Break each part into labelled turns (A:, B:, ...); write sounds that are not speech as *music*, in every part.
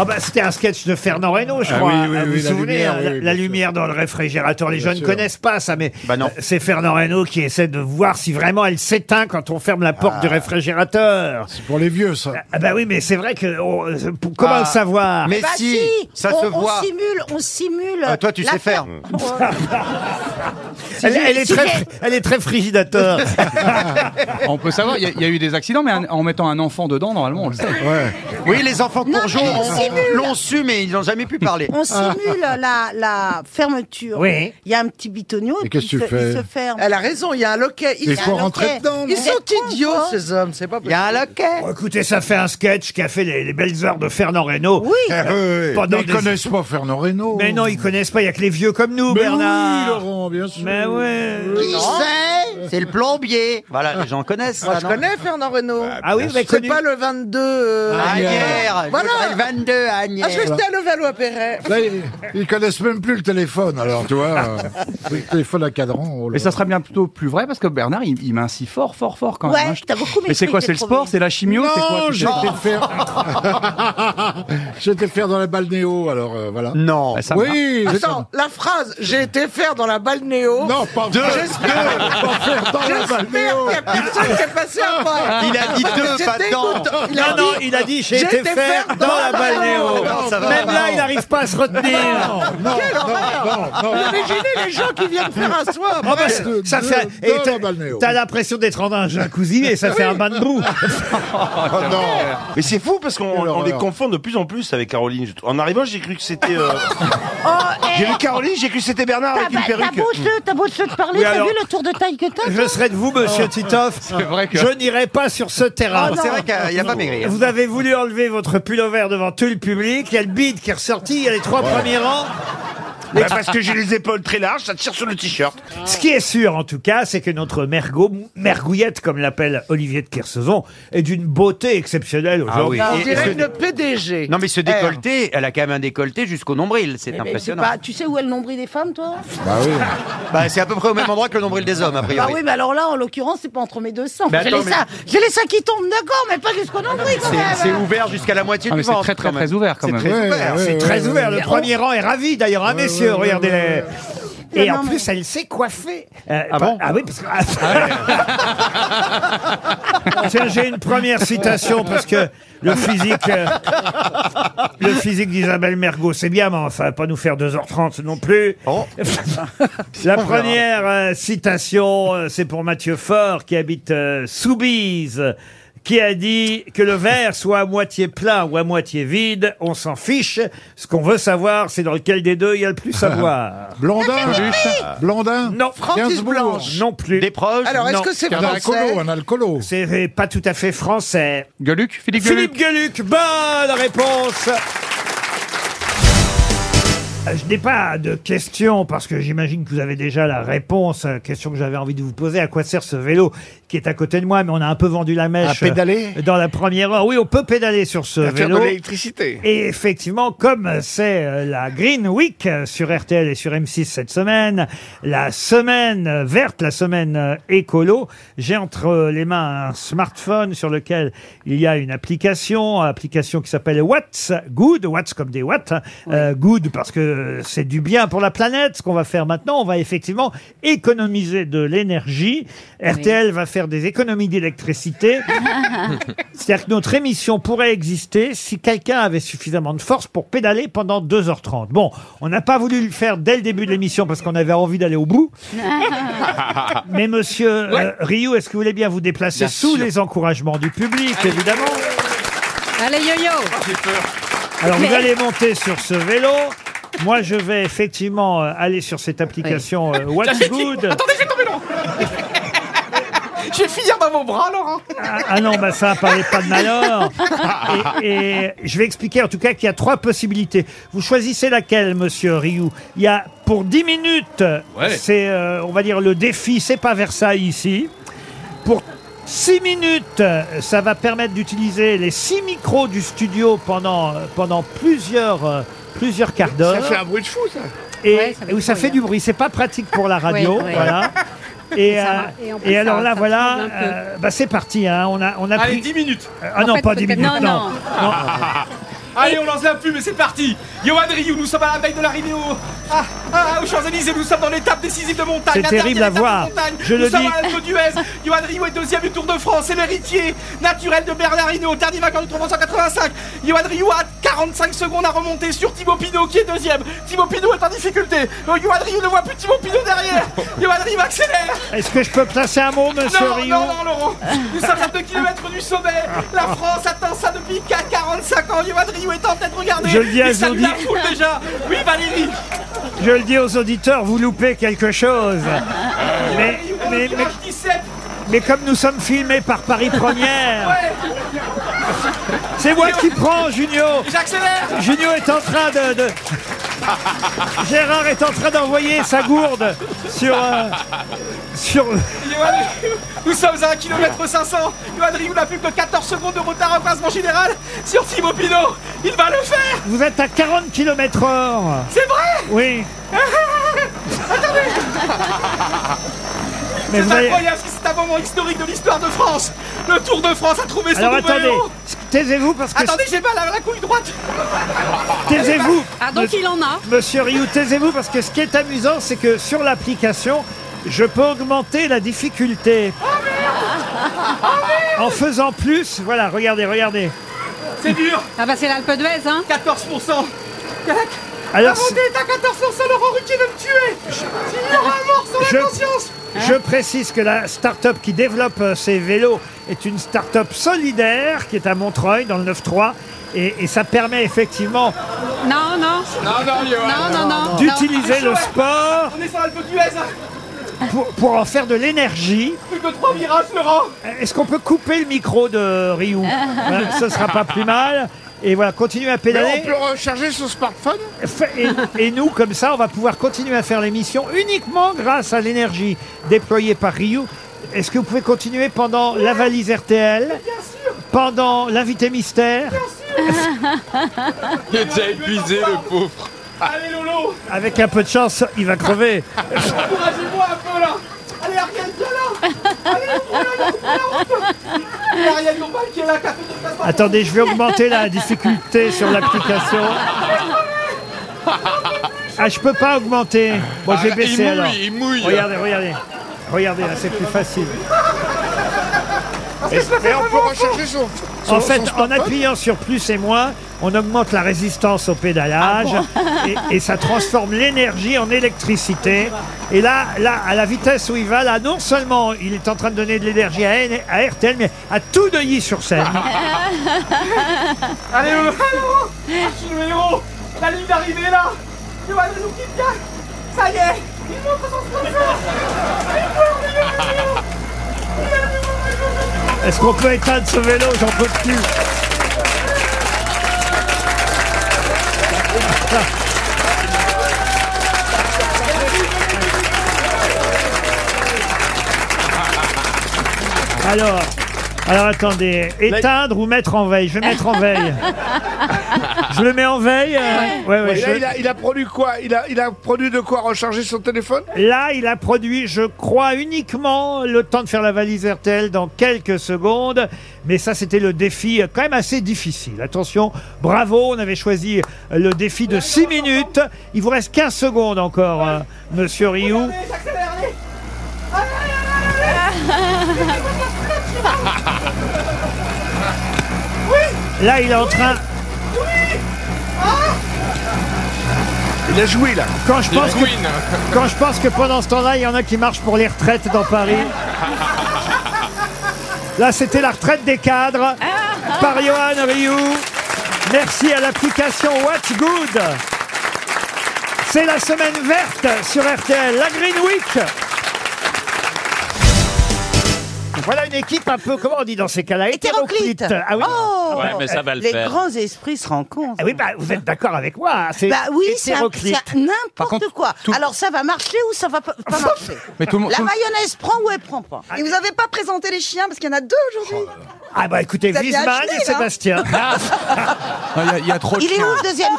A: Ah bah c'était un sketch de Fernand Reynaud, je
B: Ah
A: crois.
B: oui, oui,
A: hein, vous
B: oui,
A: vous
B: la
A: souvenez
B: lumière,
A: hein,
B: oui,
A: la,
B: oui,
A: la
B: bien sûr.
A: lumière dans le réfrigérateur. Les jeunes
B: sûr.
A: connaissent pas ça, mais
B: Bah non.
A: euh, c'est Fernand Reynaud qui essaie de voir si vraiment elle s'éteint quand on ferme la porte
B: Ah.
A: du réfrigérateur.
B: C'est pour les vieux, ça.
C: Euh,
A: Ah bah oui, mais c'est vrai que on- euh, pour- comment
B: Ah.
A: le savoir
B: Mais
D: Bah
B: si, ça
D: on,
B: se
D: on
B: voit.
D: simule, on simule.
B: Ah, toi, tu
D: la
B: sais faire.
D: fer- Oh. *laughs*
A: elle, elle est
D: si
A: très,
D: j'ai-
A: fri- elle est très frigidateur. *laughs*
E: On peut savoir, il y a- il y, a eu des accidents, mais un- en mettant un enfant dedans, normalement, on le sait.
B: Oui, les enfants de
D: Non,
B: Bourgeon
D: mais on simule.
B: on- l'ont su, mais ils n'ont jamais pu parler.
D: On simule la, la fermeture.
A: Oui.
D: Il y a un petit bitonio et,
F: Et
D: puis
F: qu'est-ce
D: il
F: que
D: se,
F: tu fais
D: il se ferme.
C: Elle a raison, il y a un loquet. Ils,
F: Il faut
D: alors,
F: rentrer
D: eh,
F: dedans.
C: ils
F: non
C: sont
D: Pourquoi
C: idiots, ces hommes, c'est pas
B: Il y a un loquet.
A: Bon, Oh, Écoutez, ça fait un sketch qui a fait les, les belles heures de Fernand Reynaud.
D: Oui.
B: Ah
F: Eh, ouais, ouais.
A: Pendant
F: Ils
A: des-
F: connaissent pas Fernand Reynaud.
A: Mais non, ils connaissent pas, il y a que les vieux comme nous,
F: Mais oui,
A: Bernard.
F: Laurent, bien sûr.
A: mais ouais.
B: Qui c'est C'est le plombier. Voilà, les gens connaissent
C: Moi,
B: ça,
C: je
B: non
C: connais Fernand Renault.
A: Ah oui, vous avez
C: c'est
A: connu. Ah,
C: pas le 22. euh,
B: Agnières,
C: Voilà.
B: voilà. 22
C: Ah,
B: Agnières.
C: je restais à Levallois-Perret.
F: Là, ils, ils connaissent même plus le téléphone, alors, tu
A: *laughs*
F: vois. euh, le téléphone à cadran. oh là
E: Mais ça
F: là.
E: sera bien plutôt plus vrai parce que Bernard, il, il mince si fort, fort, fort quand
D: Ouais,
E: même. hein.
D: t'as beaucoup
E: Mais c'est quoi C'est
D: maîtrisé
E: le
D: trop
E: sport
D: vite.
E: C'est la chimio C'est quoi
F: Non,
E: tu sais
F: j'étais faire. *laughs* j'étais faire dans la balnéo, alors euh, voilà.
B: Non.
E: Ah, ça marche.
F: oui, j'ai-
C: Attends, la phrase J'ai été faire dans la balnéo.
F: Non, pas deux. Pas faire dans la
C: J'espère qu'il
F: balnéo.
C: n'y a personne qui est passé à part.
B: Il a dit deux,
C: C'est
B: pas dedans.
C: dégoûtant. Il a
A: Non, non,
C: dit-
A: il a dit j'ai
C: J'ai
A: été
C: été
A: faire
C: faire
A: dans la balnéo.
B: Non, ça va.
A: Même là, il n'arrive pas à se retenir.
C: Quelle horreur Imaginez les gens qui viennent faire un soir.
A: Oh, bah,
F: de-
A: ça
F: de-
A: fait.
F: de
A: et
F: la
A: t'as-
F: balnéo.
A: T'as l'impression d'être dans un jacuzzi et ça fait un bain de boue.
B: Oh, non.
G: Mais c'est fou parce qu'on
F: Quelle
G: on les
F: horreur.
G: confond de plus en plus avec Caroline. je trouve. En arrivant, j'ai cru que c'était. euh,
D: Oh,
G: j'ai
D: eh,
G: vu Caroline, j'ai cru que c'était Bernard
D: T'as
G: avec une
D: ba- Ah bah, t'as
G: perruque.
D: beau jeu, t'as beau jeu de parler,
A: Oui,
D: t'as
A: alors-
D: vu le tour de taille que t'as
A: Je serais de vous, monsieur Titoff.
E: vrai que-
A: Je n'irai pas sur ce terrain.
B: C'est vrai qu'il n'y a pas maigri.
A: Vous avez voulu enlever votre pullover devant tout le public. Il y a le bide qui est ressorti. Il y a les trois premiers rangs.
G: Bah, parce que j'ai les épaules très larges, ça tire sur le t-shirt.
A: Ce qui est sûr, en tout cas, c'est que notre mergot, mergouillette, comme l'appelle Olivier de Kersauzon, est d'une beauté exceptionnelle aujourd'hui.
B: Ah
C: On
B: oui. Et-
C: dirait
B: et ce-
C: une PDG.
B: Non, mais ce décolleté, elle a quand même un décolleté jusqu'au nombril. hein. Eh, C'est
D: Mais c'est
B: impressionnant.
D: pas- Tu sais où est le nombril des femmes, toi
F: Bah oui.
B: Bah, c'est à peu près au même endroit que le nombril des hommes, a
D: Bah
B: priori.
D: oui, mais alors là, en l'occurrence, c'est pas entre mes deux seins.
B: Mais
D: J'ai
B: attends,
D: les seins j'ai les seins qui tombent, d'accord, mais pas jusqu'au nombril quand
B: C'est- C'est
D: même.
B: ouvert jusqu'à la moitié
E: Ah,
B: du
E: mais c'est
B: ventre.
E: très, très,
B: quand même.
E: très ouvert, quand
B: C'est
E: même.
B: très
F: Ouais,
B: ouvert.
F: ouais,
A: C'est
F: ouais,
A: très
F: ouais,
A: ouvert.
F: ouais.
A: Le premier rang est ravi, d'ailleurs, hein, messieurs.
F: ouais,
A: regardez
F: ouais,
A: les. Et en
D: Non, non,
A: plus, elle s'est coiffée. Euh, pas-
E: bon
A: oui, parce que. Ah Tiens, j'ai une première citation parce que le physique, euh, le physique d'Isabelle Mergot, c'est bien, mais enfin, pas nous faire 2h30 non plus.
B: Oh.
A: *laughs* La première euh, citation, euh, c'est pour Mathieu Faure qui habite euh, Soubise, qui a dit que le verre soit à moitié plein ou à moitié vide, on s'en fiche. Ce qu'on veut savoir, c'est dans lequel des deux il y a le plus à voir.
F: Blondin. Blondin.
A: Non,
C: Francis
F: Gainsbourg.
C: Blanche.
A: non plus.
B: Des proches.
C: Alors, est-ce
A: Non.
C: que c'est
F: Un alcoolo,
C: français
F: un alcoolo.
A: C'est pas tout à fait français.
E: Gueuluc Philippe
A: Philippe
E: Gueuluc
A: Gueluc, bonne réponse Euh, je n'ai pas de question parce que j'imagine que vous avez déjà la réponse. euh, Question que j'avais envie de vous poser. À quoi sert ce vélo qui est à côté de moi Mais on a un peu vendu la mèche.
F: À pédaler
A: euh, Dans la première heure. Oui, on peut pédaler sur ce vélo.
G: l'électricité.
A: Et effectivement, comme c'est euh, la Green Week euh, sur RTL et sur M6 cette semaine, la semaine euh, verte, la semaine euh, écolo, j'ai entre euh, les mains un smartphone sur lequel il y a une application, application qui s'appelle What's Good, What's comme des watts, hein, euh, Good parce que euh, c'est du bien pour la planète ce qu'on va faire maintenant, on va effectivement économiser de l'énergie. RTL va faire des économies d'électricité. C'est-à-dire que notre émission pourrait exister si quelqu'un avait suffisamment de force pour pédaler pendant 2h30. Bon, on n'a pas voulu le faire dès le début de l'émission parce qu'on avait envie d'aller au bout. Mais monsieur euh, Rioux, est-ce que vous voulez bien vous déplacer sous les encouragements du public, évidemment
H: Allez, yo-yo
A: Alors vous
H: Mais-
A: allez monter sur ce vélo. Moi, je vais effectivement euh, aller sur cette application euh, What's Good.
C: j'ai tombé long Je vais finir dans mon bras, Laurent
A: Ah, ah non, bah ça, parlez pas de malheur. Et, et je vais expliquer en tout cas qu'il y a trois possibilités. Vous choisissez laquelle, monsieur Rioux Il y a pour 10 minutes, c'est, euh, on va dire, le défi, c'est pas Versailles ici. Pour 6 minutes, euh, ça va permettre d'utiliser les 6 micros du studio pendant, euh, pendant plusieurs, euh, plusieurs quarts d'heure. Ça fait un bruit de fou, ça. Et,
H: Ouais, ça fait
A: et où ça
H: du
A: fait
H: bruit,
A: du bruit, c'est pas pratique pour la radio.
H: Ouais, ouais. *laughs*
A: Voilà. Et,
H: Et ça
A: euh,
H: va. Et en plus,
A: et
H: ça-
A: alors là,
H: ça
A: voilà,
H: change un peu.
A: euh, bah c'est parti. Hein, on a, on a pris.
G: 10 minutes.
A: Ah
H: En
A: non,
H: fait,
A: pas 10
H: peut-être-
A: minutes.
H: non, non.
A: non.
C: Allez, on lance la pub et c'est parti Johan Rioux, nous sommes à la veille de l'arrivée au... Ah, ah, aux Champs-Élysées, nous sommes dans l'étape décisive de montagne.
A: C'est
C: la dernière
A: terrible à
C: étape de
A: voir.
C: montagne.
A: Je
C: nous
A: le
C: sommes
A: dis.
C: à l'Alpe d'Huez. Johan Rioux est deuxième du Tour de France. C'est l'héritier naturel de Bernard Hinault, dernier vainqueur du Tour de France en 85. Johan Rioux a 45 secondes à remonter sur Thibaut Pinot qui est deuxième. Thibaut Pinot est en difficulté. Euh, Johan Rioux ne voit plus Thibaut Pinot
A: *laughs*
C: derrière. Johan Rioux accélère.
A: Est-ce que je peux placer un mot, monsieur
C: Non,
A: Rion
C: non, non, Laurent Nous sommes à 2 km du sommet La France attend ça depuis 45 ans Johan Rioux est en tête, regardez
A: Je le dis à
C: Il salue la
A: Jody.
C: foule déjà Oui, Valérie
A: Je le dis aux auditeurs, vous loupez quelque chose. Euh, Mais,
C: Rioux,
A: mais-
C: au virage 17
A: mais- mais comme nous sommes filmés par Paris Première,
C: Ouais,
A: c'est moi qui prends, Junio.
C: j'accélère
A: Junio est en train de, de- Gérard est en train d'envoyer sa gourde sur... euh, sur...
C: Johan Rioux, Nous sommes à 1 km 500 Johan Rioux n'a plus que 14 secondes de retard au classement général sur Thibaut Pinot Il va le faire
A: Vous êtes à 40 km heure.
C: C'est vrai
A: Oui. Mais vous
C: C'est
A: avez...
C: incroyable, parce que c'est un moment historique de l'histoire de France Le Tour de France a trouvé son
A: Alors
C: nouveau
A: attendez,
C: héros.
A: taisez-vous parce que...
C: Attendez, j'ai mal à la couille droite
A: Taisez-vous
H: Ah, donc il en a
A: Monsieur Rioux, taisez-vous parce que ce qui est amusant, c'est que sur l'application, je peux augmenter la difficulté.
C: Oh,
A: en faisant plus, voilà, regardez, regardez.
C: C'est dur
H: Ah, bah, c'est l'Alpe d'Huez, hein
C: 14% Calac,
A: Alors,
C: La montée est à 14%, Laurent Ruquier veut me tuer Il y aura un mort sur la
A: Je-
C: conscience
A: je précise que la start-up qui développe euh, ces vélos est une start-up solidaire qui est à Montreuil dans le 9-3 et, et ça permet effectivement
H: Non, non.
E: Non, non,
H: Non, non, non.
A: d'utiliser le sport
C: Ah, On est sur l'Alpe d'Huez, hein.
A: pour, pour en faire de l'énergie. Euh,
C: plus que 3 virages, Laurent
A: Est-ce qu'on peut couper le micro
C: *laughs*
A: de Rioux Voilà, Ce sera pas plus mal. Et voilà, continuez à
F: Mais
A: pédaler.
F: on peut recharger son smartphone
A: Fa- Et, et nous, comme ça, on va pouvoir continuer à faire l'émission uniquement grâce à l'énergie déployée par Ryu. Est-ce que vous pouvez continuer pendant la valise RTL
C: Bien sûr
A: Pendant
I: *laughs*
A: l'invité mystère
I: Il est déjà épuisé, le pauvre.
C: Allez, Lolo
A: Avec un peu de chance, il va crever.
C: Encouragez-moi un peu, là Allez, Ariane, viens là Allez, ouvrez la route, ouvrez la route Ariane Dombal qui est là, qui a fait des passements.
A: Attendez, je vais augmenter la difficulté sur l'application. Ah, je peux pas augmenter. Bon, je vais
I: Ah, il
A: baisser
I: mouille,
A: alors.
I: il mouille.
A: Regardez, regardez. Regardez, là, c'est plus facile.
F: Mais on peut recharger son, son-
A: En
F: son
A: fait, en
F: smartphone
A: appuyant sur plus et moins, on augmente la résistance au pédalage
F: Ah
A: *laughs* et, et ça transforme l'énergie en électricité. Et là, là, à la vitesse où il va, là, non seulement il est en train de donner de l'énergie à, N- à RTL, mais à tout Neuilly-sur-Seine.
C: Allez, Lolo Allez, Laurent Ah, Je suis le héros La ligne d'arrivée, là Johan Rioux qui vient Ça y est Il montre son sponsor
A: Est-ce qu'on peut éteindre ce vélo J'en peux plus. Alors, alors attendez, éteindre ou mettre en veille Je vais mettre en veille. Je le mets en veille euh, ouais, ouais,
F: Et là,
A: je-
F: il, a, il a produit quoi il a, il a produit de quoi Recharger son téléphone
A: Là, il a produit, je crois, uniquement le temps de faire la valise RTL dans quelques secondes. Mais ça, c'était le défi euh, quand même assez difficile. Attention, bravo, on avait choisi euh, le défi de 6 minutes. Il vous reste 15 secondes encore, euh, monsieur Rioux.
C: Allez, j'accélère, allez
A: Là, il est en train...
F: Il a joué là
A: Quand je pense que,
I: Queen.
F: *laughs*
A: quand je pense que pendant ce temps-là, il y en a qui marchent pour les retraites dans
F: *laughs*
A: Paris. Là, c'était la retraite des cadres
F: Ah,
A: par Johan Rioux. Merci à l'application What's Good. C'est la semaine verte sur RTL, la Green Week. Voilà une équipe un peu, comment on dit dans ces cas-là Hétéroclite.
D: Hétéroclite.
A: Ah oui,
D: Oh
I: Ouais, mais ça va le
D: Les
I: faire.
D: grands esprits se rencontrent.
A: Ah oui bah, vous êtes d'accord avec moi. hein, C'est
D: Bah oui, c'est un- c'est
A: hétéroclite.
D: un- n'importe quoi.
E: tout-
D: Alors ça va marcher ou ça va pas,
I: *laughs*
D: pas marcher
E: Mais tout le monde-
D: La
E: tout le-
D: mayonnaise prend ou elle prend pas
I: Ah,
J: Et vous avez pas présenté les chiens parce qu'il y en a deux aujourd'hui.
A: Ah bah écoutez,
J: avez
A: Wiesmann
J: acheté,
A: et
D: hein.
J: là.
A: Sébastien.
D: *laughs*
E: Ah,
A: Ah,
E: Il y a- il y, a trop de
D: Il est où le deuxième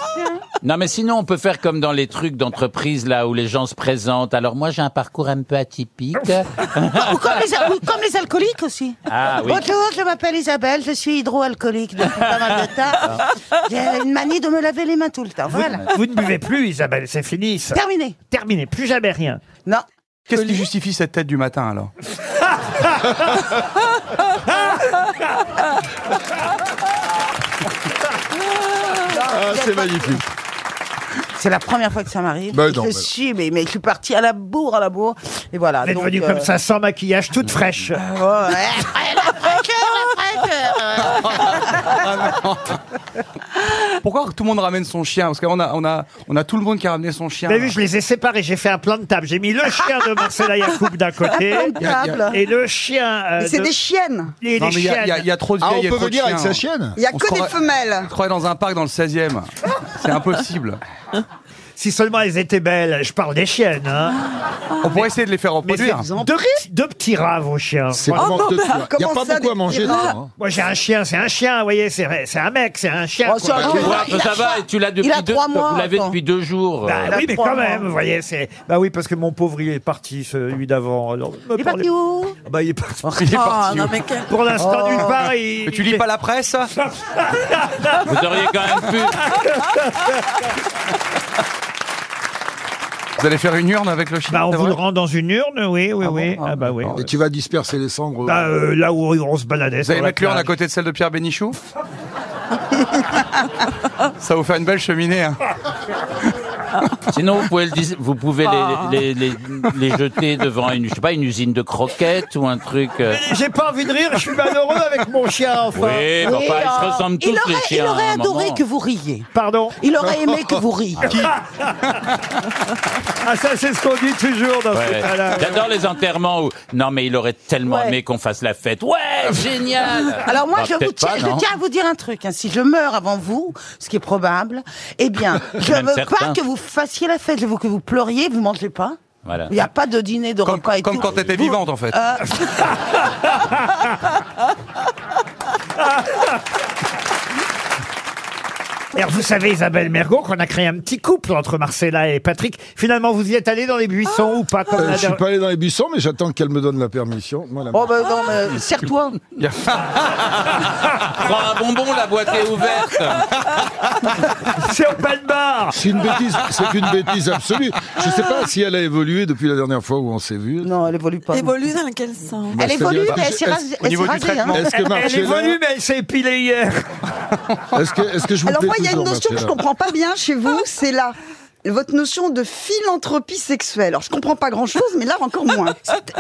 I: Non, mais sinon, on peut faire comme dans les trucs d'entreprise, là, où les gens se présentent. Alors, moi, j'ai un parcours un peu atypique.
D: ou comme, les, ou comme les alcooliques aussi.
I: Ah, oui.
D: Bonjour, je m'appelle Isabelle, je suis alcoolique depuis pas mal de
I: Ah.
D: temps. J'ai une manie de me laver les mains tout le temps.
A: Vous,
D: Voilà.
A: vous ne buvez plus, Isabelle, c'est fini. ça.
D: Terminé.
A: Terminé, plus jamais rien.
D: Non.
E: Qu'est-ce qui justifie cette tête du matin alors
G: Ah,
E: Ah,
G: c'est magnifique.
D: C'est la première fois que ça m'arrive.
E: Bah
G: Ben
D: je
G: non, ben non.
D: suis, mais, mais je suis partie à la bourre, à la bourre. Et voilà.
A: Vous êtes
D: donc,
A: venue
D: euh,
A: comme ça, sans maquillage,
E: Ah,
A: toute fraîche.
D: ouais, ouais, *laughs* la fraîcheur, la fraîcheur.
E: Pourquoi tout le monde ramène son chien Parce qu'on a, on a, on a tout le monde qui a ramené son chien.
A: Vous avez vu, je les ai séparés, j'ai fait un plan de table. J'ai mis
D: *laughs*
A: le chien de Marcella Yacoub d'un côté
E: *laughs*
D: Ah,
E: Il y a- il y a-
A: et le chien. euh,
J: Mais c'est
A: de-
J: des chiennes.
A: et les
E: Non, mais il y, a- il y a- il
A: chiennes.
E: y a trop de
G: Ah,
E: vieilles
G: on
E: et
G: peut
E: trop de
G: venir avec
E: chiens. hein.
G: sa
D: hein.
G: chienne
J: Il y a
E: On
J: que
E: se
J: des
E: croirait-
J: femelles.
E: Je croyais dans un parc dans le 16e. C'est impossible.
A: Si seulement elles étaient belles, je parle des chiennes.
D: Ah,
A: Hein.
E: On pourrait essayer de les faire reproduire.
A: Deux, petits- deux petits rats, vos chiens.
G: C'est le manque de
A: bah,
G: cure. Il n'y a
J: comment
G: pas
J: ça,
G: beaucoup à
J: des
G: manger
J: petits
F: Ah,
G: dedans. hein.
A: Moi, j'ai un chien, c'est un chien, vous voyez, c'est vrai, c'est un mec, c'est un chien.
D: Oh,
A: quoi.
D: c'est un chien.
I: Ouais,
D: Il a
I: ça
D: trois-
I: va, et tu l'as depuis
D: il a
I: deux,
D: trois mois,
I: vous l'avez
D: attends.
I: depuis deux jours.
A: Bah
I: euh,
D: a
A: oui, mais
D: trois
A: quand
D: mois.
A: même, vous voyez, c'est. Bah oui, parce que mon pauvre, il est parti, celui d'avant. alors, me
D: Il
A: parlez-
D: est parti où Oh.
A: Ah Bah, il est parti.
E: Il est
D: Ah,
E: parti.
D: non, mais quel-
A: Pour l'instant, nulle part. Il...
E: Mais tu lis pas la presse
I: Vous auriez quand même pu.
E: Vous allez faire une urne avec le chien
A: Bah, on
E: c'est
A: vous
E: vrai
A: le rend dans une urne, oui, oui,
E: Ah bon
A: oui.
E: Ah,
A: ah, bah oui.
F: Et tu vas disperser les cendres.
A: Bah, euh, là où on se baladait.
E: Vous allez
A: sur la
E: mettre l'urne à
A: plage.
E: côté de celle de Pierre
A: *laughs*
E: Bénichou Ça va vous faire une belle cheminée. hein.
D: Ah,
I: Sinon, vous pouvez, le dis- vous pouvez les, les, les, les- les jeter devant une, je sais pas, une usine de croquettes ou un truc. euh.
A: J'ai pas envie de rire, je suis malheureux avec mon chien,
I: Oui,
A: enfin.
I: mais enfin, Eh ben, ils se ressemblent tous
D: euh, il aurait,
I: les chiens. hein,
D: il
I: à
D: aurait
I: un
D: adoré
I: moment.
D: que vous riez.
A: Pardon.
D: Il aurait aimé que vous riez.
A: Ah, ça, c'est ce qu'on dit toujours dans
I: Ouais.
A: ce cas-là.
I: J'adore les enterrements où non mais il aurait tellement
D: Ouais.
I: aimé qu'on fasse la fête. Ouais, génial.
D: *laughs* Alors moi,
I: Bah,
D: je, vous
I: peut-être
D: tiens,
I: pas,
D: je
I: non.
D: tiens à vous dire un truc. hein. Si je meurs avant vous, ce qui est probable, eh bien, je
I: Même
D: veux
I: certain.
D: pas que vous fassiez la fête. Je veux que vous pleuriez, vous mangez pas.
I: Voilà.
D: Il n'y a pas de dîner, de
E: Comme,
D: repas et
E: comme
D: tout. Euh,
E: quand t'étais
D: Vous-
E: vivante en fait.
A: Alors, vous savez, Isabelle Mergot, qu'on a créé un petit couple entre Marcella et Patrick. Finalement, vous y êtes allé dans les buissons ou pas comme
F: Euh,
A: la
F: je suis
A: dernière-
F: pas allé dans les buissons, mais j'attends qu'elle me donne la permission. Moi, la-
D: Oh ben non, mais serre-toi.
I: Prends un bonbon, la boîte est ouverte.
A: *laughs* C'est open bar
F: C'est une bêtise, c'est une bêtise absolue. Je sais pas si elle a évolué depuis la dernière fois où on s'est vu.
D: Non, elle évolue pas.
J: Évolue dans quel sens
D: Elle évolue,
F: c'est-à-dire-
D: mais elle s'est
F: Est-ce-
D: rasée.
E: au niveau du
D: elle s'est rasée,
E: traitement.
D: hein.
F: Est-ce que
A: Elle
F: Marcella,
A: évolue, mais elle s'est épilée hier.
F: est-ce que, est-ce que je vous
J: Alors
F: plais
J: moi, il y a une
F: toujours,
J: notion que je
F: Marcella
J: comprends pas bien chez
D: Ah.
J: vous, c'est la votre notion de philanthropie sexuelle. Alors je comprends pas grand-chose, mais là encore
D: *laughs*
J: moins.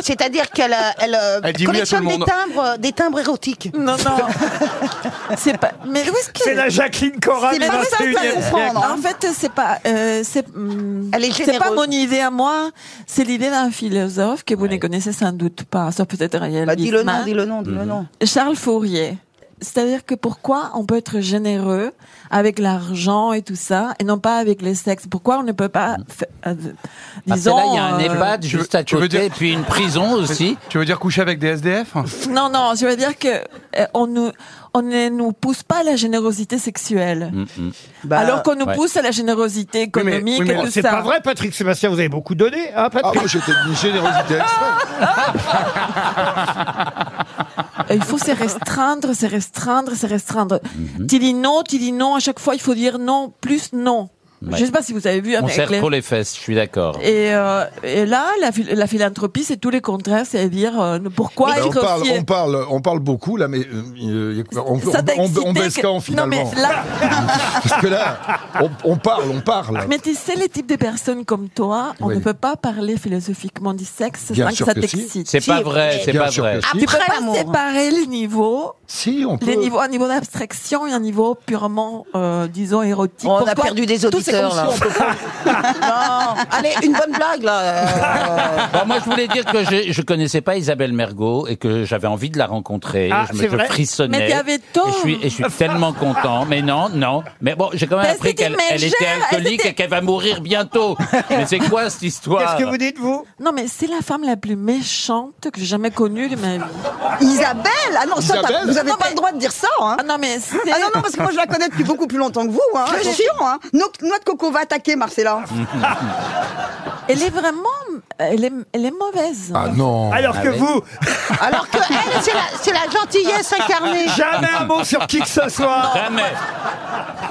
D: C'est-à-dire qu'elle euh, elle, euh,
E: Elle dit oui à
D: collectionne
E: tout le
D: des
E: monde.
D: timbres, euh, des timbres érotiques.
H: Non, non. *laughs*
J: C'est pas. Mais où est-ce que
A: C'est la Jacqueline Cora
J: C'est
A: du
J: pas ça que
A: 21e
J: ça
A: siècle.
J: comprendre.
H: En fait, c'est pas. euh, c'est hum,
D: Elle est
H: c'est pas
D: généreuse.
H: mon idée à moi. C'est l'idée d'un philosophe que vous ne connaissez sans doute pas, sauf peut-être Ariel
D: Bah, dis le nom,
J: Ah.
H: Wittmann.
D: dis le nom, dis le nom.
J: Mhm.
H: Charles Fourier. C'est-à-dire que pourquoi on peut être généreux avec l'argent et tout ça, et non pas avec les sexes Pourquoi on ne peut pas, fa- euh, disons,
I: là, il y a un
H: euh,
I: EHPAD
E: tu veux-
I: juste à
E: tu veux
I: côté,
E: dire-
I: et puis une prison aussi.
E: Tu veux dire coucher avec des SDF
H: Non, non, je veux dire que euh, on nous, on ne nous pousse pas à la générosité sexuelle, Euh,
D: Bah,
H: alors qu'on nous
I: Mm, ouais.
H: pousse à la générosité
E: Oui, mais-
H: économique
E: oui, mais
H: et tout
A: C'est
H: ça.
A: pas vrai, Patrick Sébastien, vous avez beaucoup donné, hein,
F: Ah,
A: Patrick
F: moi, j'étais d'une générosité extrême.
H: Euh, Il faut se restreindre, se restreindre, se restreindre.
I: Mm-hmm.
H: Tu dis non, tu dis non. À chaque fois, il faut dire non, plus non.
I: Ouais.
H: Je sais pas si vous avez vu
I: On
H: avec
I: serre
H: les-
I: trop les fesses, je suis d'accord.
H: Et, euh, et là, la, phil- la philanthropie, c'est tout les contraire, c'est dire euh, pourquoi
F: Ben, on,
H: être
F: parle,
H: fier.
F: on, parle, on parle beaucoup, là, mais euh, euh, on, on,
H: Ça t'a
F: on- on
H: excité
F: baisse
H: que-
F: quand,
H: Non,
F: finalement.
H: mais là,
F: Parce que là, on, on parle, on parle.
H: Ah, mais tu sais, les types de personnes comme toi, on
F: Oui.
H: ne peut pas parler philosophiquement du sexe
F: Bien
H: sans que
F: sûr
H: ça
F: que si.
H: t'excite.
I: C'est pas
D: Si,
I: vrai,
D: mais-
I: c'est
F: Bien
I: pas
F: sûr
I: vrai.
F: que si.
H: Tu peux
D: Après
H: pas
D: l'amour.
H: séparer les niveaux,
F: Si, on peut.
H: Ah, les niveaux, un niveau d'abstraction et un niveau purement, euh, disons, érotique.
D: On
H: Pourquoi
D: a perdu des
H: Tout, c'est comme
D: auditeurs,
H: si
D: là.
H: on peut-
J: *laughs*
D: non. Allez, une bonne blague, *laughs* là. euh.
I: Bon, moi, je voulais dire que je, je connaissais pas Isabelle Mergot et que j'avais envie de la rencontrer.
A: Ah,
I: je me
A: c'est
I: je
A: vrai
I: frissonnais.
H: Mais t'avais
I: Et
H: tort.
I: je suis, et je suis tellement content. Mais non, non. Mais bon, j'ai quand même
H: Mais
I: appris
H: c'était
I: qu'elle elle était
H: mégère, elle
I: alcoolique
H: était-
I: et qu'elle va mourir
H: *laughs*
I: bientôt. Mais c'est quoi cette histoire
A: Qu'est-ce que vous dites, vous
H: Non, mais c'est la femme la plus méchante que j'ai jamais connue de ma vie.
J: Isabelle Ah non, ça, t'as-
F: Isabelle
J: vous avez pas le droit de dire ça. Hein.
H: Ah non, mais c'est...
J: Ah non, non, parce que moi je la connais depuis beaucoup plus longtemps que vous. Hein. Attention, hein. No- Noix de coco va attaquer Marcella.
H: Elle est vraiment elle est, elle est mauvaise.
C: Ah non.
A: Alors
F: bah
A: que vous,
D: Alors que elle, c'est la- c'est la, gentillesse incarnée.
A: jamais un mot sur qui que ce soit.
I: Jamais.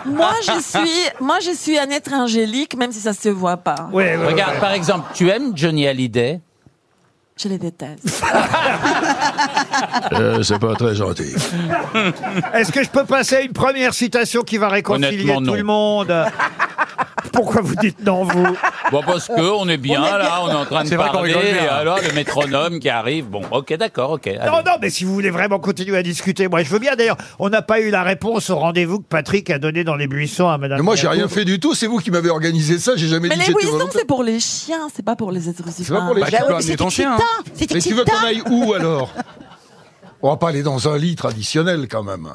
H: Moi, je suis, moi, je suis un être angélique, même si ça se voit pas.
A: Ouais, ouais, ouais.
I: Regarde, par exemple, tu aimes Johnny Hallyday
H: Je les déteste.
C: Euh, c'est pas très
H: *laughs*
C: gentil.
A: Est-ce que je peux passer à une première citation qui va réconcilier
I: Honnêtement,
A: tout
I: non.
A: le monde Pourquoi vous dites non, vous
I: Bon, parce que on est bien là, on est en train de
K: C'est vrai qu'on
I: parler.
K: rigole bien.
I: et alors le métronome qui arrive. Bon, ok, d'accord, ok. allez.
A: Non, non, mais si vous voulez vraiment continuer à discuter, moi je veux bien. D'ailleurs, on n'a pas eu la réponse au rendez-vous que Patrick a donné dans les buissons à Madame.
F: Mais moi, j'ai
A: Yacoub.
F: rien fait du tout. C'est vous qui m'avez organisé ça. J'ai jamais dit
H: Mais
F: que
H: les
F: j'étais
H: Wilson,
F: volontaire.
H: c'est pour les chiens, c'est Ah, pas pour les êtres humains. *laughs*
F: C'est pas pour les
K: Bah, tu
F: gens.
K: peux amener ton chien. hein.
D: C'est
F: Mais tu veux qu'on aille où alors On va pas aller dans un lit traditionnel quand même.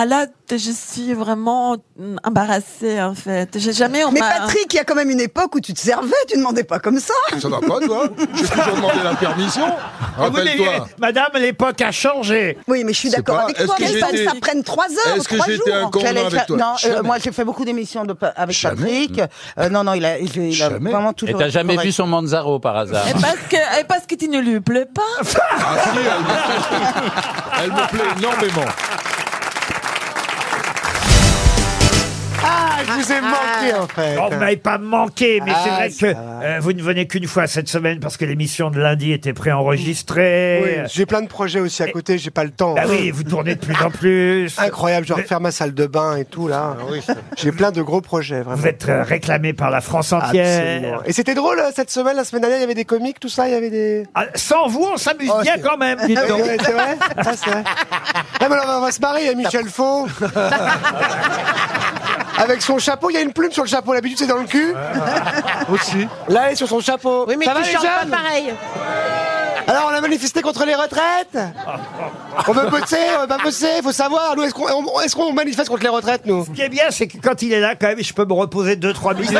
H: Ah là, je suis vraiment mm, embarrassée en fait. J'ai jamais on
L: Mais
H: m'a-
L: Patrick, il y a quand même une époque où tu te servais, tu demandais pas comme ça.
F: Ça va pas, toi J'ai toujours demandé la permission.
A: Ah, vous voyez,
F: Rappelle-toi.
A: Madame, l'époque a changé.
L: Oui, mais je suis
F: C'est
L: d'accord
F: pas-
L: avec
F: est-ce
L: toi.
F: que
L: mais ça,
F: j'étais-
L: ça prenne trois heures,
F: Est-ce que
L: trois jours.
F: j'étais un gourmand
D: J'allais
F: avec
D: faire-
F: toi
D: Non, euh,
F: Jamais.
D: moi j'ai fait beaucoup d'émissions de, avec
F: Jamais.
D: Patrick. Euh, non, non, il a, il a- il a
F: Jamais.
D: vraiment
I: Et
D: toujours.
I: t'as jamais
D: correct.
I: vu son Manzaro par hasard
H: Et parce que et parce que tu ne lui plais pas.
F: Ah si, elle me, elle me plaît énormément.
G: Ah, je vous ai manqué en fait.
A: Oh, vous m'avez pas manqué, mais
G: Ah,
A: c'est vrai que euh, vous ne venez qu'une fois cette semaine parce que l'émission de lundi était préenregistrée. Euh,
G: J'ai plein de projets aussi à côté, j'ai pas le temps.
A: Bah oui, vous tournez de plus en plus.
G: *laughs* Incroyable, je vais refaire ma salle de bain et tout là. J'ai plein de gros projets vraiment.
A: Vous êtes euh, réclamé par la France entière.
G: Absolument. Et c'était drôle euh, cette semaine, la semaine dernière, il y avait des comiques, tout ça, il y avait des.
A: Ah, sans vous, on s'amuse
G: Oh,
A: bien
G: c'est-
A: quand même. dites
G: *laughs*
A: donc.
G: Ouais, c'est vrai Ah, c'est vrai. Non, mais on va, on va se
D: hein,
G: marrer, il y a Michel Faux. Avec son chapeau, il y a une plume sur le chapeau, l'habitude c'est dans le cul. Aussi. Là, elle est sur son chapeau.
D: Oui, mais
G: Ça
D: tu
G: va, les
D: chantes pas
G: jeunes
D: pareil.
G: Alors, on a manifesté contre les retraites On veut bosser, on veut pas bosser, faut savoir. Nous, est-ce qu'on on- est-ce qu'on manifeste contre les retraites, nous
A: Ce qui est bien, c'est que quand il est là, quand même, je peux me reposer 2-3
G: *laughs*
A: minutes.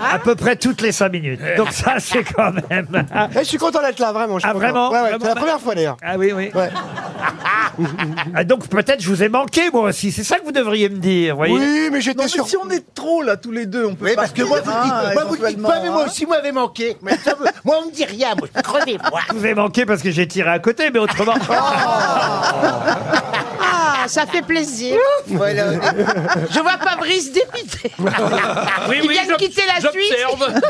A: à peu près toutes les 5 minutes. Donc ça, c'est quand même.
G: Eh, Je suis content d'être là, vraiment. je suis
A: Ah,
G: content.
A: vraiment
G: Ouais, ouais,
A: Vraiment
G: c'est la première fois d'ailleurs.
A: Ah oui, oui.
G: Ouais.
A: *laughs* Ah, donc peut-être je vous ai manqué, moi aussi. C'est ça que vous devriez me dire, voyez.
G: Oui, mais j'étais sûr.
B: on est trop là tous les deux, on peut oui, parce que moi, vous dites, moi, vous dites pas, mais moi aussi, moi, m'avez manqué. Mais ça, vous- moi, on me dit rien, moi, je suis crevé, moi.
A: Je vous ai manqué parce que j'ai tiré à côté, mais autrement.
D: Ah, ça fait plaisir. Je vois Fabrice dépité.
M: Oui, oui,
D: Il vient de
M: j'ob-
D: quitter la
M: j'observe.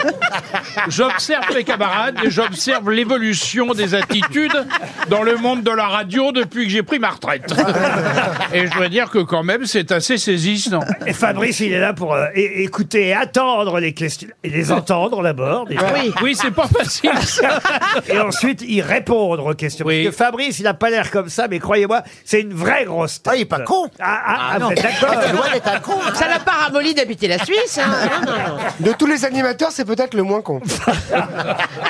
M: J'observe mes camarades et j'observe l'évolution des attitudes dans le monde de la radio depuis que j'ai pris ma retraite. Et je dois dire que quand même, c'est assez saisissant.
A: Et Fabrice, il est là pour euh, é- écouter et attendre les questions. Et les entendre d'abord. déjà.
M: Oui, c'est pas facile. ça.
A: *laughs* Et ensuite, y répondre aux questions.
M: Oui.
A: Parce que Fabrice, il n'a pas l'air comme ça, mais croyez-moi, c'est une vraie grosse tête.
B: Ah, il est pas con.
A: Ah, ah, ah, vous êtes d'accord
B: C'est loin d'être un con.
N: hein.
D: Ça n'a pas ramolli d'habiter la Suisse. hein.
N: Ah,
D: Non, non, non.
G: De tous les animateurs, c'est peut-être le moins
B: *laughs*
G: con.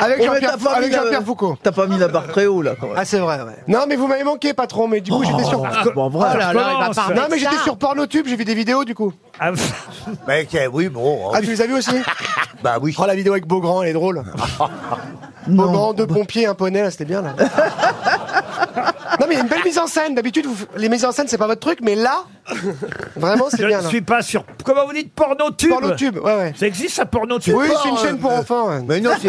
G: avec Jean-Pierre Fou- avec Jean-Pierre Foucault.
B: T'as pas mis la barre très haut, là, quand Oh, bah,
G: Ah, c'est vrai, ouais. Non, mais vous m'avez manqué, patron, mais du coup, j'étais sur. Oh
B: Bon, bref.
A: Ça recommence.
G: Non, mais j'étais
D: Ça.
G: sur Pornotube, j'ai vu des vidéos du coup.
A: Ah, *laughs*
B: Mais ok, oui, bon. hein.
G: Ah, tu les as vues aussi
B: *laughs* Bah oui.
G: Oh, la vidéo avec Beaugrand, elle est
B: *laughs*
G: drôle. Beaugrand,
B: bah-
G: deux pompiers, un poney, là, c'était bien,
B: *laughs*
G: là. non, mais il y a une belle mise en scène. D'habitude, vous- les mises en scène, c'est pas votre truc, mais là,
N: ah,
G: vraiment, c'est
A: je
G: bien,
A: ne
G: là.
A: suis pas sûr. Comment vous dites porno-tube
G: Pornotube, ouais, ouais.
A: Ça existe, ça, porno-tube Oh, euh,
G: Oui, c'est une chaîne Ah, pour enfants. ouais.
B: euh, Mais non, c'est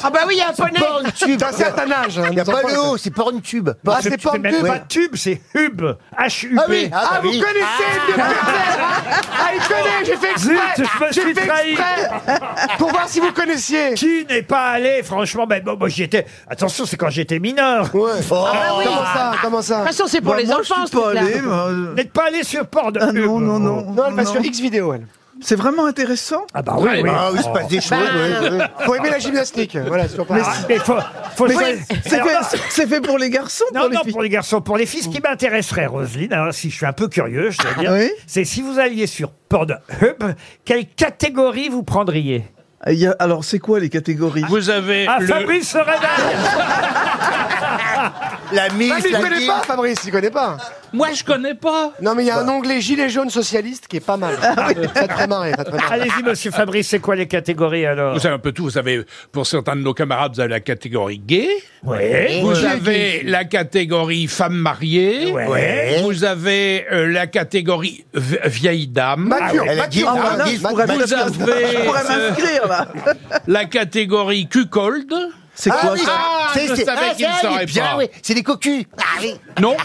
D: Ah bah oui, il y a un poney.
B: Pornotube.
G: T'as un certain âge. hein,
B: Il n'y a
G: nos
B: pas
G: enfants,
B: le haut, c'est Pornotube.
G: Ah,
A: C'est
G: c'est
A: c'est même
G: Pornotube.
A: pas tube, c'est hub. H-U-B.
B: Ah oui, ah,
G: Ah,
B: bah
G: vous
B: oui.
G: connaissez le vieux pervers Ah, il connaît, j'ai fait exprès
A: Zut, je me
G: J'ai
A: suis
G: fait
A: trahi.
G: exprès Pour voir si vous connaissiez
A: Qui n'est pas allé, franchement Ben bon, moi, j'y étais. Attention, c'est quand j'étais mineur. Vous
G: Comment ça Comment ça
D: De toute façon, c'est pour les enfants, ce truc-là.
A: n'êtes pas allé sur Pornhub
B: Ah non, non, non.
G: Non, elle passe sur X vidéo, elle.
B: C'est vraiment intéressant.
A: Ah bah oui,
M: Ouais,
A: oui.
B: Ah, il se passe des choses, ouais, ouais.
G: Faut aimer la gymnastique. Voilà, c'est toujours pareil.
A: Ah, mais faut, faut choisir-
B: C'est
A: Alors,
B: fait, c'est fait pour les garçons,
A: Non,
B: pour
A: non,
B: les filles.
A: pour les garçons, pour les filles, ce qui m'intéresserait, Roselyne, alors, si je suis un peu curieux, je dois dire,
B: Ah Oui.
A: c'est si vous alliez sur Pornhub, quelle catégorie vous prendriez
B: Il y a- alors, c'est quoi les catégories
M: Vous avez
A: Ah,
M: le...
A: Fabrice se réveille
B: La mise,
G: Ah, mais il connaît pas, Fabrice, il connaît pas.
M: Moi, je connais pas.
O: Non, mais il y a un onglet Gilets jaunes socialistes qui est pas mal.
D: Ah
O: ça te fait marrer. ça te fait marrer.
A: Allez-y, monsieur Fabrice, c'est quoi les catégories alors
M: Vous savez un peu tout. Vous savez, pour certains de nos camarades, vous avez la catégorie gay.
A: Ouais.
M: Vous
A: Ouais.
M: avez la catégorie femme mariée.
A: Ouais.
M: Vous avez euh, la catégorie vi- vieille dame.
G: Mature, Ah ouais, elle est mature. gay, Ah, voilà, je pourrais
M: vous
G: m'inscrire.
M: avez
G: Je pourrais
M: euh,
G: m'inscrire, là.
M: la catégorie cuckold.
G: C'est quoi, ça
M: Ah,
G: C'est-
M: je
G: c'est-
M: savais
G: ah,
M: qu'il ne
G: ça, il est
M: saurait
G: bien,
M: pas.
G: oui.
M: C'est des cocus. Non,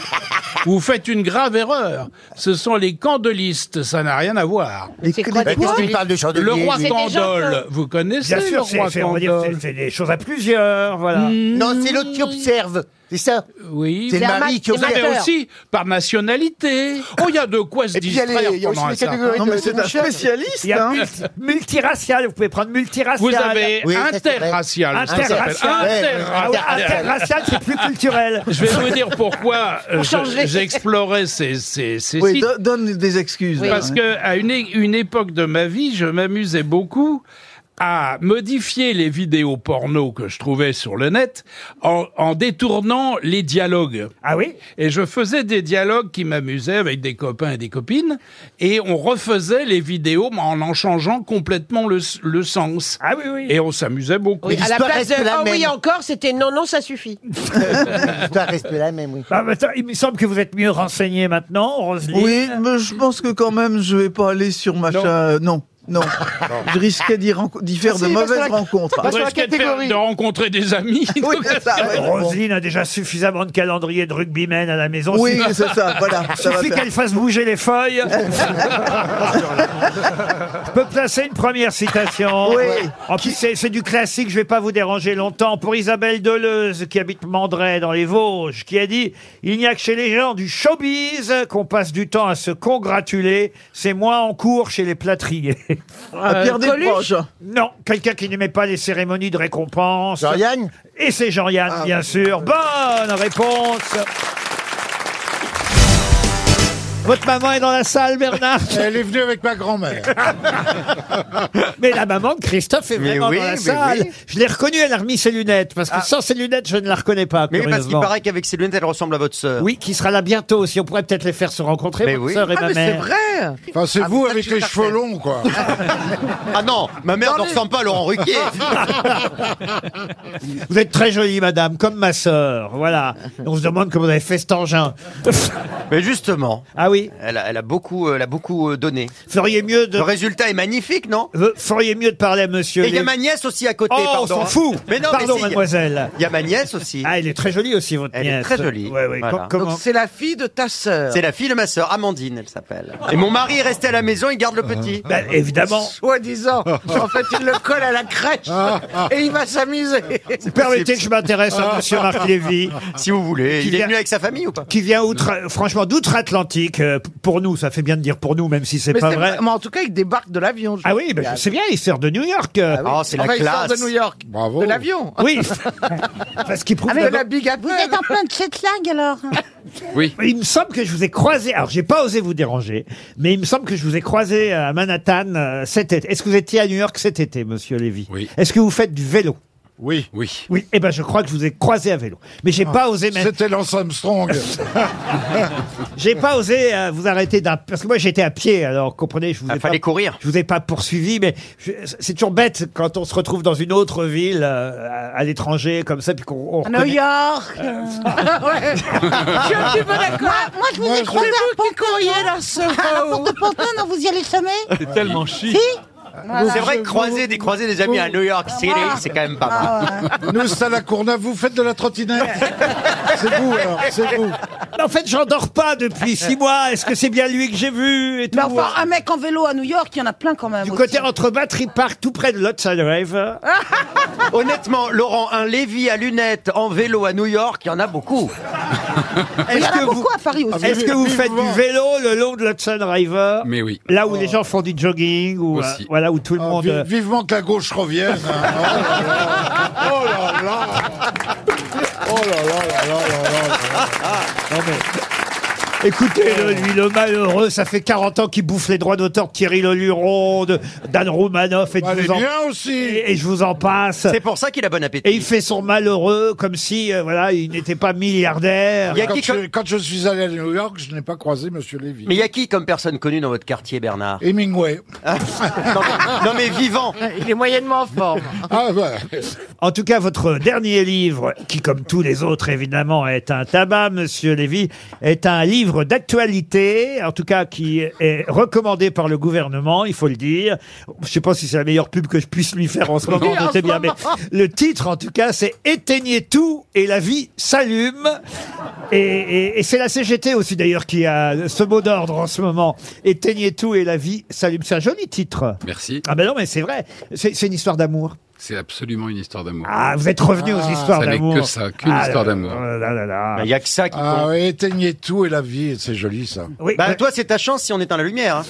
M: vous faites une grave erreur. Ce sont les candelistes, ça n'a rien à voir.
A: C'est quoi, des
M: Qu'est-ce qu'il
A: candeliers
M: parle de chandelier Le roi
A: C'est des gens
M: Candole,
A: que-
M: vous connaissez
A: Bien
M: le
A: sûr, c'est-
M: roi
A: c'est- on va dire,
M: Candole
A: c'est- c'est des choses à plusieurs, voilà.
B: Hmm,
M: Non, c'est l'autre qui observe, c'est ça Oui.
A: C'est le C'est un mari mat- qui
M: Vous
A: observe.
M: avez aussi
A: *laughs*
M: par nationalité. Oh, il y a de quoi se
A: Et puis, il y a
M: distraire
A: les- il y a aussi
M: pendant
A: les
M: un certain
A: catégories
M: temps.
A: de- de Michel. Il y a
B: hein.
A: multi- multiracial, vous pouvez prendre multiracial.
M: Vous avez Oui, ça, c'est vrai. interracial, ça s'appelle.
A: Interracial. Ah ouais,
M: Interracial.
A: Interracial, c'est plus
M: *laughs*
A: culturel.
M: Je vais vous dire pourquoi euh,
A: Pour
M: je-
A: changer.
M: j'explorais ces, ces, ces
P: Oui,
M: sites.
P: do- donne des excuses. là.
M: Parce que à une, é- une époque de ma vie, je m'amusais beaucoup à modifier les vidéos porno que je trouvais sur le net en, en détournant les dialogues.
A: Ah oui
M: Et je faisais des dialogues qui m'amusaient avec des copains et des copines, et on refaisait les vidéos mais en en changeant complètement le, s- le sens.
A: Ah oui, oui.
M: Et on s'amusait beaucoup.
N: Oui, à la place de oh oui encore, c'était non non ça suffit.
A: L'histoire reste la même, oui. Bah, il me semble que vous êtes mieux renseigné maintenant, Roselyne.
P: Oui,
M: euh,
P: mais je pense que quand même, je vais pas aller sur machin. euh, Non. Non, je risquais d'y renco- d'y faire
M: Ah
P: de
M: si,
P: mauvaises
M: parce que la-
P: rencontres.
M: parce que la Vous risquez de faire- catégorie- de rencontrer des amis.
P: oui, c'est ça. ouais.
A: Euh, Roselyne a déjà suffisamment de calendrier de rugbymen à la maison.
P: Oui,
A: Suffit-
P: c'est ça, voilà, ça va
A: Suffit
P: faire.
A: qu'elle fasse bouger
P: *laughs*
A: les feuilles. Je peux placer une première citation.
P: Oui.
A: En plus, c'est c'est du classique, je vais pas vous déranger longtemps. Pour Isabelle Deleuze, qui habite Mandray dans les Vosges, qui a dit « Il n'y a que chez les gens du showbiz qu'on passe du temps à se congratuler. C'est moins en cours chez les plâtriers.
P: Ah,
N: Euh,
P: Pierre Coluche Desproges.
A: Non, quelqu'un qui n'aimait pas les cérémonies de récompense.
P: Jean-Yann
A: Et c'est Jean-Yann,
P: Ah,
A: bien
P: oui.
A: sûr. Bonne réponse votre maman est dans la
B: *laughs*
A: salle, Bernard
F: *laughs* Elle est venue avec ma grand-mère.
A: Mais la maman de Christophe est
F: Mais
A: vraiment
F: oui,
A: dans la
F: mais
A: salle.
F: oui.
A: Je l'ai reconnue, elle a remis ses lunettes. Parce que
B: Ah.
A: sans ses lunettes, je ne la reconnais pas.
B: Mais oui, parce qu'il
A: curieusement.
B: paraît qu'avec ses lunettes, elle ressemble à votre sœur.
A: Oui, qui sera là bientôt aussi. On pourrait peut-être les faire se rencontrer,
B: Mais
A: votre
B: oui.
A: sœur et
B: Ah,
A: ma
B: mais c'est
N: Eh.
A: mère.
B: vrai.
F: Enfin, c'est
B: Ah,
F: vous
B: mais ça,
F: avec
B: je
F: les
B: suis
F: cheveux longs, quoi.
B: Ah non, ma mère
F: Dans
B: ne
F: les-
B: ressemble pas à Laurent Ruquier.
A: Vous êtes très jolie, madame, comme ma sœur. Voilà. On se demande comment vous avez fait cet engin. *laughs*
B: Mais justement.
A: Ah oui.
B: Elle a, elle a beaucoup, euh, elle a beaucoup euh, donné.
A: Feriez mieux de.
B: Le résultat est magnifique, non
A: Vous Feriez mieux de parler à monsieur.
B: Et il y a
A: Lé-
B: ma nièce aussi à côté.
A: Oh,
B: pardon,
A: on s'en
B: hein.
A: fout.
B: Mais non,
A: Pardon,
B: mais si,
A: mademoiselle.
B: Il y a ma nièce aussi.
A: Ah, elle est très jolie aussi, votre
B: elle
A: nièce.
B: est très jolie.
A: Ouais, ouais, com- comment-
N: Donc c'est la fille de ta sœur.
B: C'est la fille de ma sœur, Amandine, elle s'appelle. Et mon mari est resté à la maison, il garde le petit. Bah,
A: Ben, évidemment.
N: Soi disant. En fait, il le colle à la crèche et il va s'amuser.
A: Permettez que je m'intéresse
B: *laughs*
A: à monsieur Marc Lévy.
B: Si vous voulez.
A: Qui
B: il est
A: vient-
B: venu avec sa famille ou pas
A: Qui vient outre, franchement d'outre-Atlantique, euh, p- pour nous, ça fait bien de dire pour nous, même si c'est
N: Mais
A: pas vrai.
N: Mais en tout cas, il débarque de l'avion.
A: Ah oui, ben, je sais bien, il sort de New York. euh.
N: Ah oui.
B: Oh,
N: Enfin, Il sort de New York.
F: Oh.
N: De l'avion.
B: Ah
A: Oui. *laughs* Parce qu'il prouve
N: Avec
A: d'abord-
N: la big
Q: Vous êtes en plein jet lag alors
A: Oui. Il me semble que je vous ai croisé. Alors, j'ai pas osé vous déranger, mais il me semble que je vous ai croisé à Manhattan euh, cet été. Est-ce que vous étiez à New York cet été, monsieur Lévy Oui. Est-ce que vous faites du vélo
F: Oui. Oui.
A: Oui. Eh ben, je crois que je vous ai croisé à vélo. Mais j'ai pas osé mettre.
F: C'était Lance Armstrong.
A: J'ai pas osé euh, vous arrêter d'un parce que moi j'étais à pied alors comprenez je vous ai
B: fallait
A: pas, *laughs*
B: courir.
A: Je vous ai pas poursuivi mais je- c'est toujours bête quand on se retrouve dans une autre ville euh, à, à l'étranger comme ça puis qu'on on
N: Ah
Q: À New
A: reconnaît-
Q: York
N: *laughs*
Q: euh.
N: Ouais. Je suis un petit peu d'accord.
Q: Moi, moi, je vous
N: Moi,
Q: ai
N: je-
Q: croisé
N: C'est
Q: à
N: vous qui courriez,
Q: Porto.
N: là, ce
Q: À la
N: haut.
Q: porte de Porto, non, vous y allez jamais
M: C'est tellement chiant.
Q: Si Voilà.
B: C'est vrai que croiser des croiser des amis à New York City, c'est quand même pas mal.
F: Nous, c'est à la Courneuve, vous faites de la trottinette C'est vous, alors, c'est vous.
A: Ah, Mais en fait j'endors pas depuis six mois est-ce que c'est bien lui que j'ai vu et tout
D: Mais enfin, un mec en vélo à New York, il y en a plein quand même. Ah,
A: du côté entre Battery Park tout près de l'Hudson River
B: Honnêtement, Laurent, un Lévy à lunettes en vélo à New York, il y en a beaucoup.
D: Il y en a beaucoup à Paris aussi.
A: est-ce que vous faites du vélo le long de l'Hudson River
F: Mais oui.
A: là où les gens font du jogging ou euh,
F: Aussi.
A: voilà où tout le
F: Ah,
A: monde
F: vi-
A: euh,
F: Vivement que la gauche revienne. hein. Oh là là Oh là là Oh là là là là là là là.
A: non, mais- Écoutez-le, lui, le malheureux, ça fait 40 ans qu'il bouffe les droits d'auteur de Thierry Leluron, de Dan Roumanoff et de
B: Bah, les
A: vous en-
B: miens
F: aussi.
A: Et, et je vous en passe.
B: C'est pour ça qu'il a bon appétit.
A: Et il fait son malheureux comme si, euh, voilà, il n'était pas milliardaire.
F: quand, je, quand je suis allé à New York, je n'ai pas croisé Monsieur Lévy.
B: Mais il y a qui comme personne connue dans votre quartier, Bernard
F: Hemingway.
B: non, mais, non, mais vivant.
N: Il est moyennement en forme.
F: Ah,
A: En tout cas, votre dernier livre, qui comme tous les autres évidemment est un tabac, Monsieur Lévy, est un livre d'actualité, en tout cas qui est recommandé par le gouvernement, il faut le dire. Je ne sais pas si c'est la meilleure pub que je puisse lui faire en ce moment,
G: Oui, en
A: notez
G: ce
A: bien, mais
G: moment.
A: le titre en tout cas, c'est Éteignez tout et la vie s'allume. Et, et- et c'est la CGT aussi d'ailleurs qui a ce mot d'ordre en ce moment. Éteignez tout et la vie s'allume. C'est un joli titre.
R: Merci.
A: Ah ben non, mais c'est vrai. C'est c'est une histoire d'amour.
R: C'est absolument une histoire d'amour.
A: Ah, vous êtes revenu aux histoires
R: Ça n'est
A: d'amour.
R: que ça, qu'une
A: Ah,
R: histoire
A: là,
R: d'amour.
A: là, là, là.
B: Il Bah, y a que ça qui
F: Ah
B: compte.
F: oui, éteignez tout et la vie, c'est joli ça.
B: bah, toi, c'est ta chance si on éteint la lumière. hein.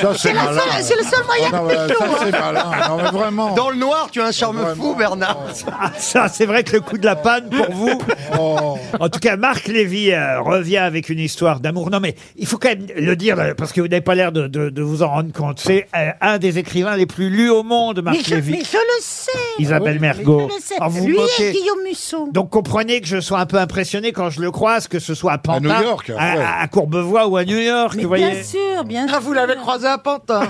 F: Ça, c'est C'est la malin. seule- c'est le seul moyen Ah non, de mais pécho, ça, hein. c'est malin. Non, mais vraiment.
B: Dans le noir, tu as un charme fou, Bernard.
A: *laughs* Ah, ça, c'est vrai que le coup de la panne
B: *laughs*
A: pour vous.
F: Oh.
A: En tout cas, Marc Lévy euh, revient avec une histoire d'amour. Non, mais il faut quand même le dire, euh, parce que vous n'avez pas l'air de, de- de vous en rendre compte. C'est euh, un des écrivains les plus lus au monde, Marc
Q: Mais je,
A: Lévy.
Q: mais je le sais.
A: Isabelle Mergo.
Q: Je le sais.
A: Ah, vous vous
Q: Lui
A: moquez.
Q: et Guillaume Musso.
A: Donc comprenez que je sois un peu impressionné quand je le croise, que ce soit à Pantin,
F: New York,
A: à, à- à Courbevoie ou à New York, vous voyez.
Q: Bien sûr, bien sûr.
N: Ah, vous l'avez croisé à Pantin.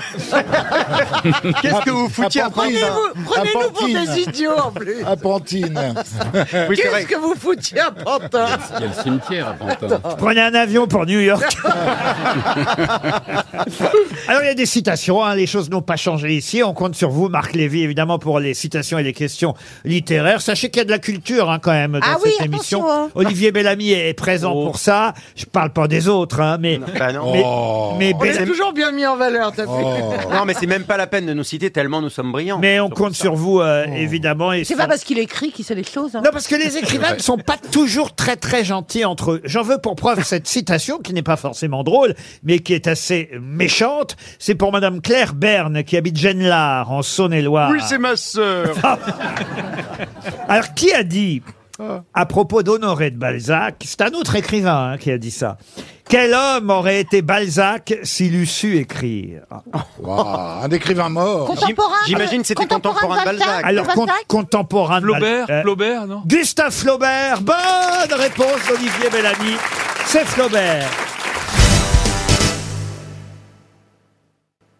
F: Qu'est-ce que vous
B: foutiez à
N: Prenez-vous- Prenez-nous pour des idiots en plus.
F: À Pantine.
N: Qu'est-ce que vous foutiez à Pantin
R: Il y a le cimetière à Pantin.
A: Je prenais un avion pour New York. *laughs* Alors il y a des citations, hein, les choses n'ont pas changé ici. On compte sur vous, Marc Lévy, évidemment, pour les citations et les questions littéraires. Sachez qu'il y a de la culture hein, quand même dans
Q: Ah oui,
A: cette
Q: attention,
A: émission.
Q: hein.
A: Olivier Bellamy est présent pour ça. Je parle pas des autres, hein, mais
B: Oh. non.
A: mais,
B: Oh.
A: mais
B: On est
A: Bellamy-
N: Toujours bien mis en valeur, t'as vu.
F: Oh.
B: Non, mais c'est même pas la peine de nous citer tellement nous sommes brillants.
A: mais on compte sur vous
B: Oh.
A: euh, évidemment. Et
D: C'est
A: ça-
D: pas parce qu'il écrit qu'il sait les choses. hein.
A: Non, parce que les écrivains ne sont pas toujours très très gentils entre eux. J'en veux pour preuve cette citation qui n'est pas forcément drôle, mais qui est assez méchante. C'est pour Madame Claire Berne qui habite Genlard en Saône-et-Loire.
B: ma sœur.
A: *laughs* Alors qui a dit à propos d'Honoré de Balzac C'est un autre écrivain hein, qui a dit ça. Quel homme aurait été Balzac s'il eût su écrire
F: un écrivain mort.
Q: Contemporain de-
B: J'imagine que c'était contemporain de Balzac.
A: Alors, Euh, con- contemporain de
B: Flaubert,
A: Flaubert, non Gustave Flaubert, bonne réponse d'Olivier Bellamy. C'est Flaubert.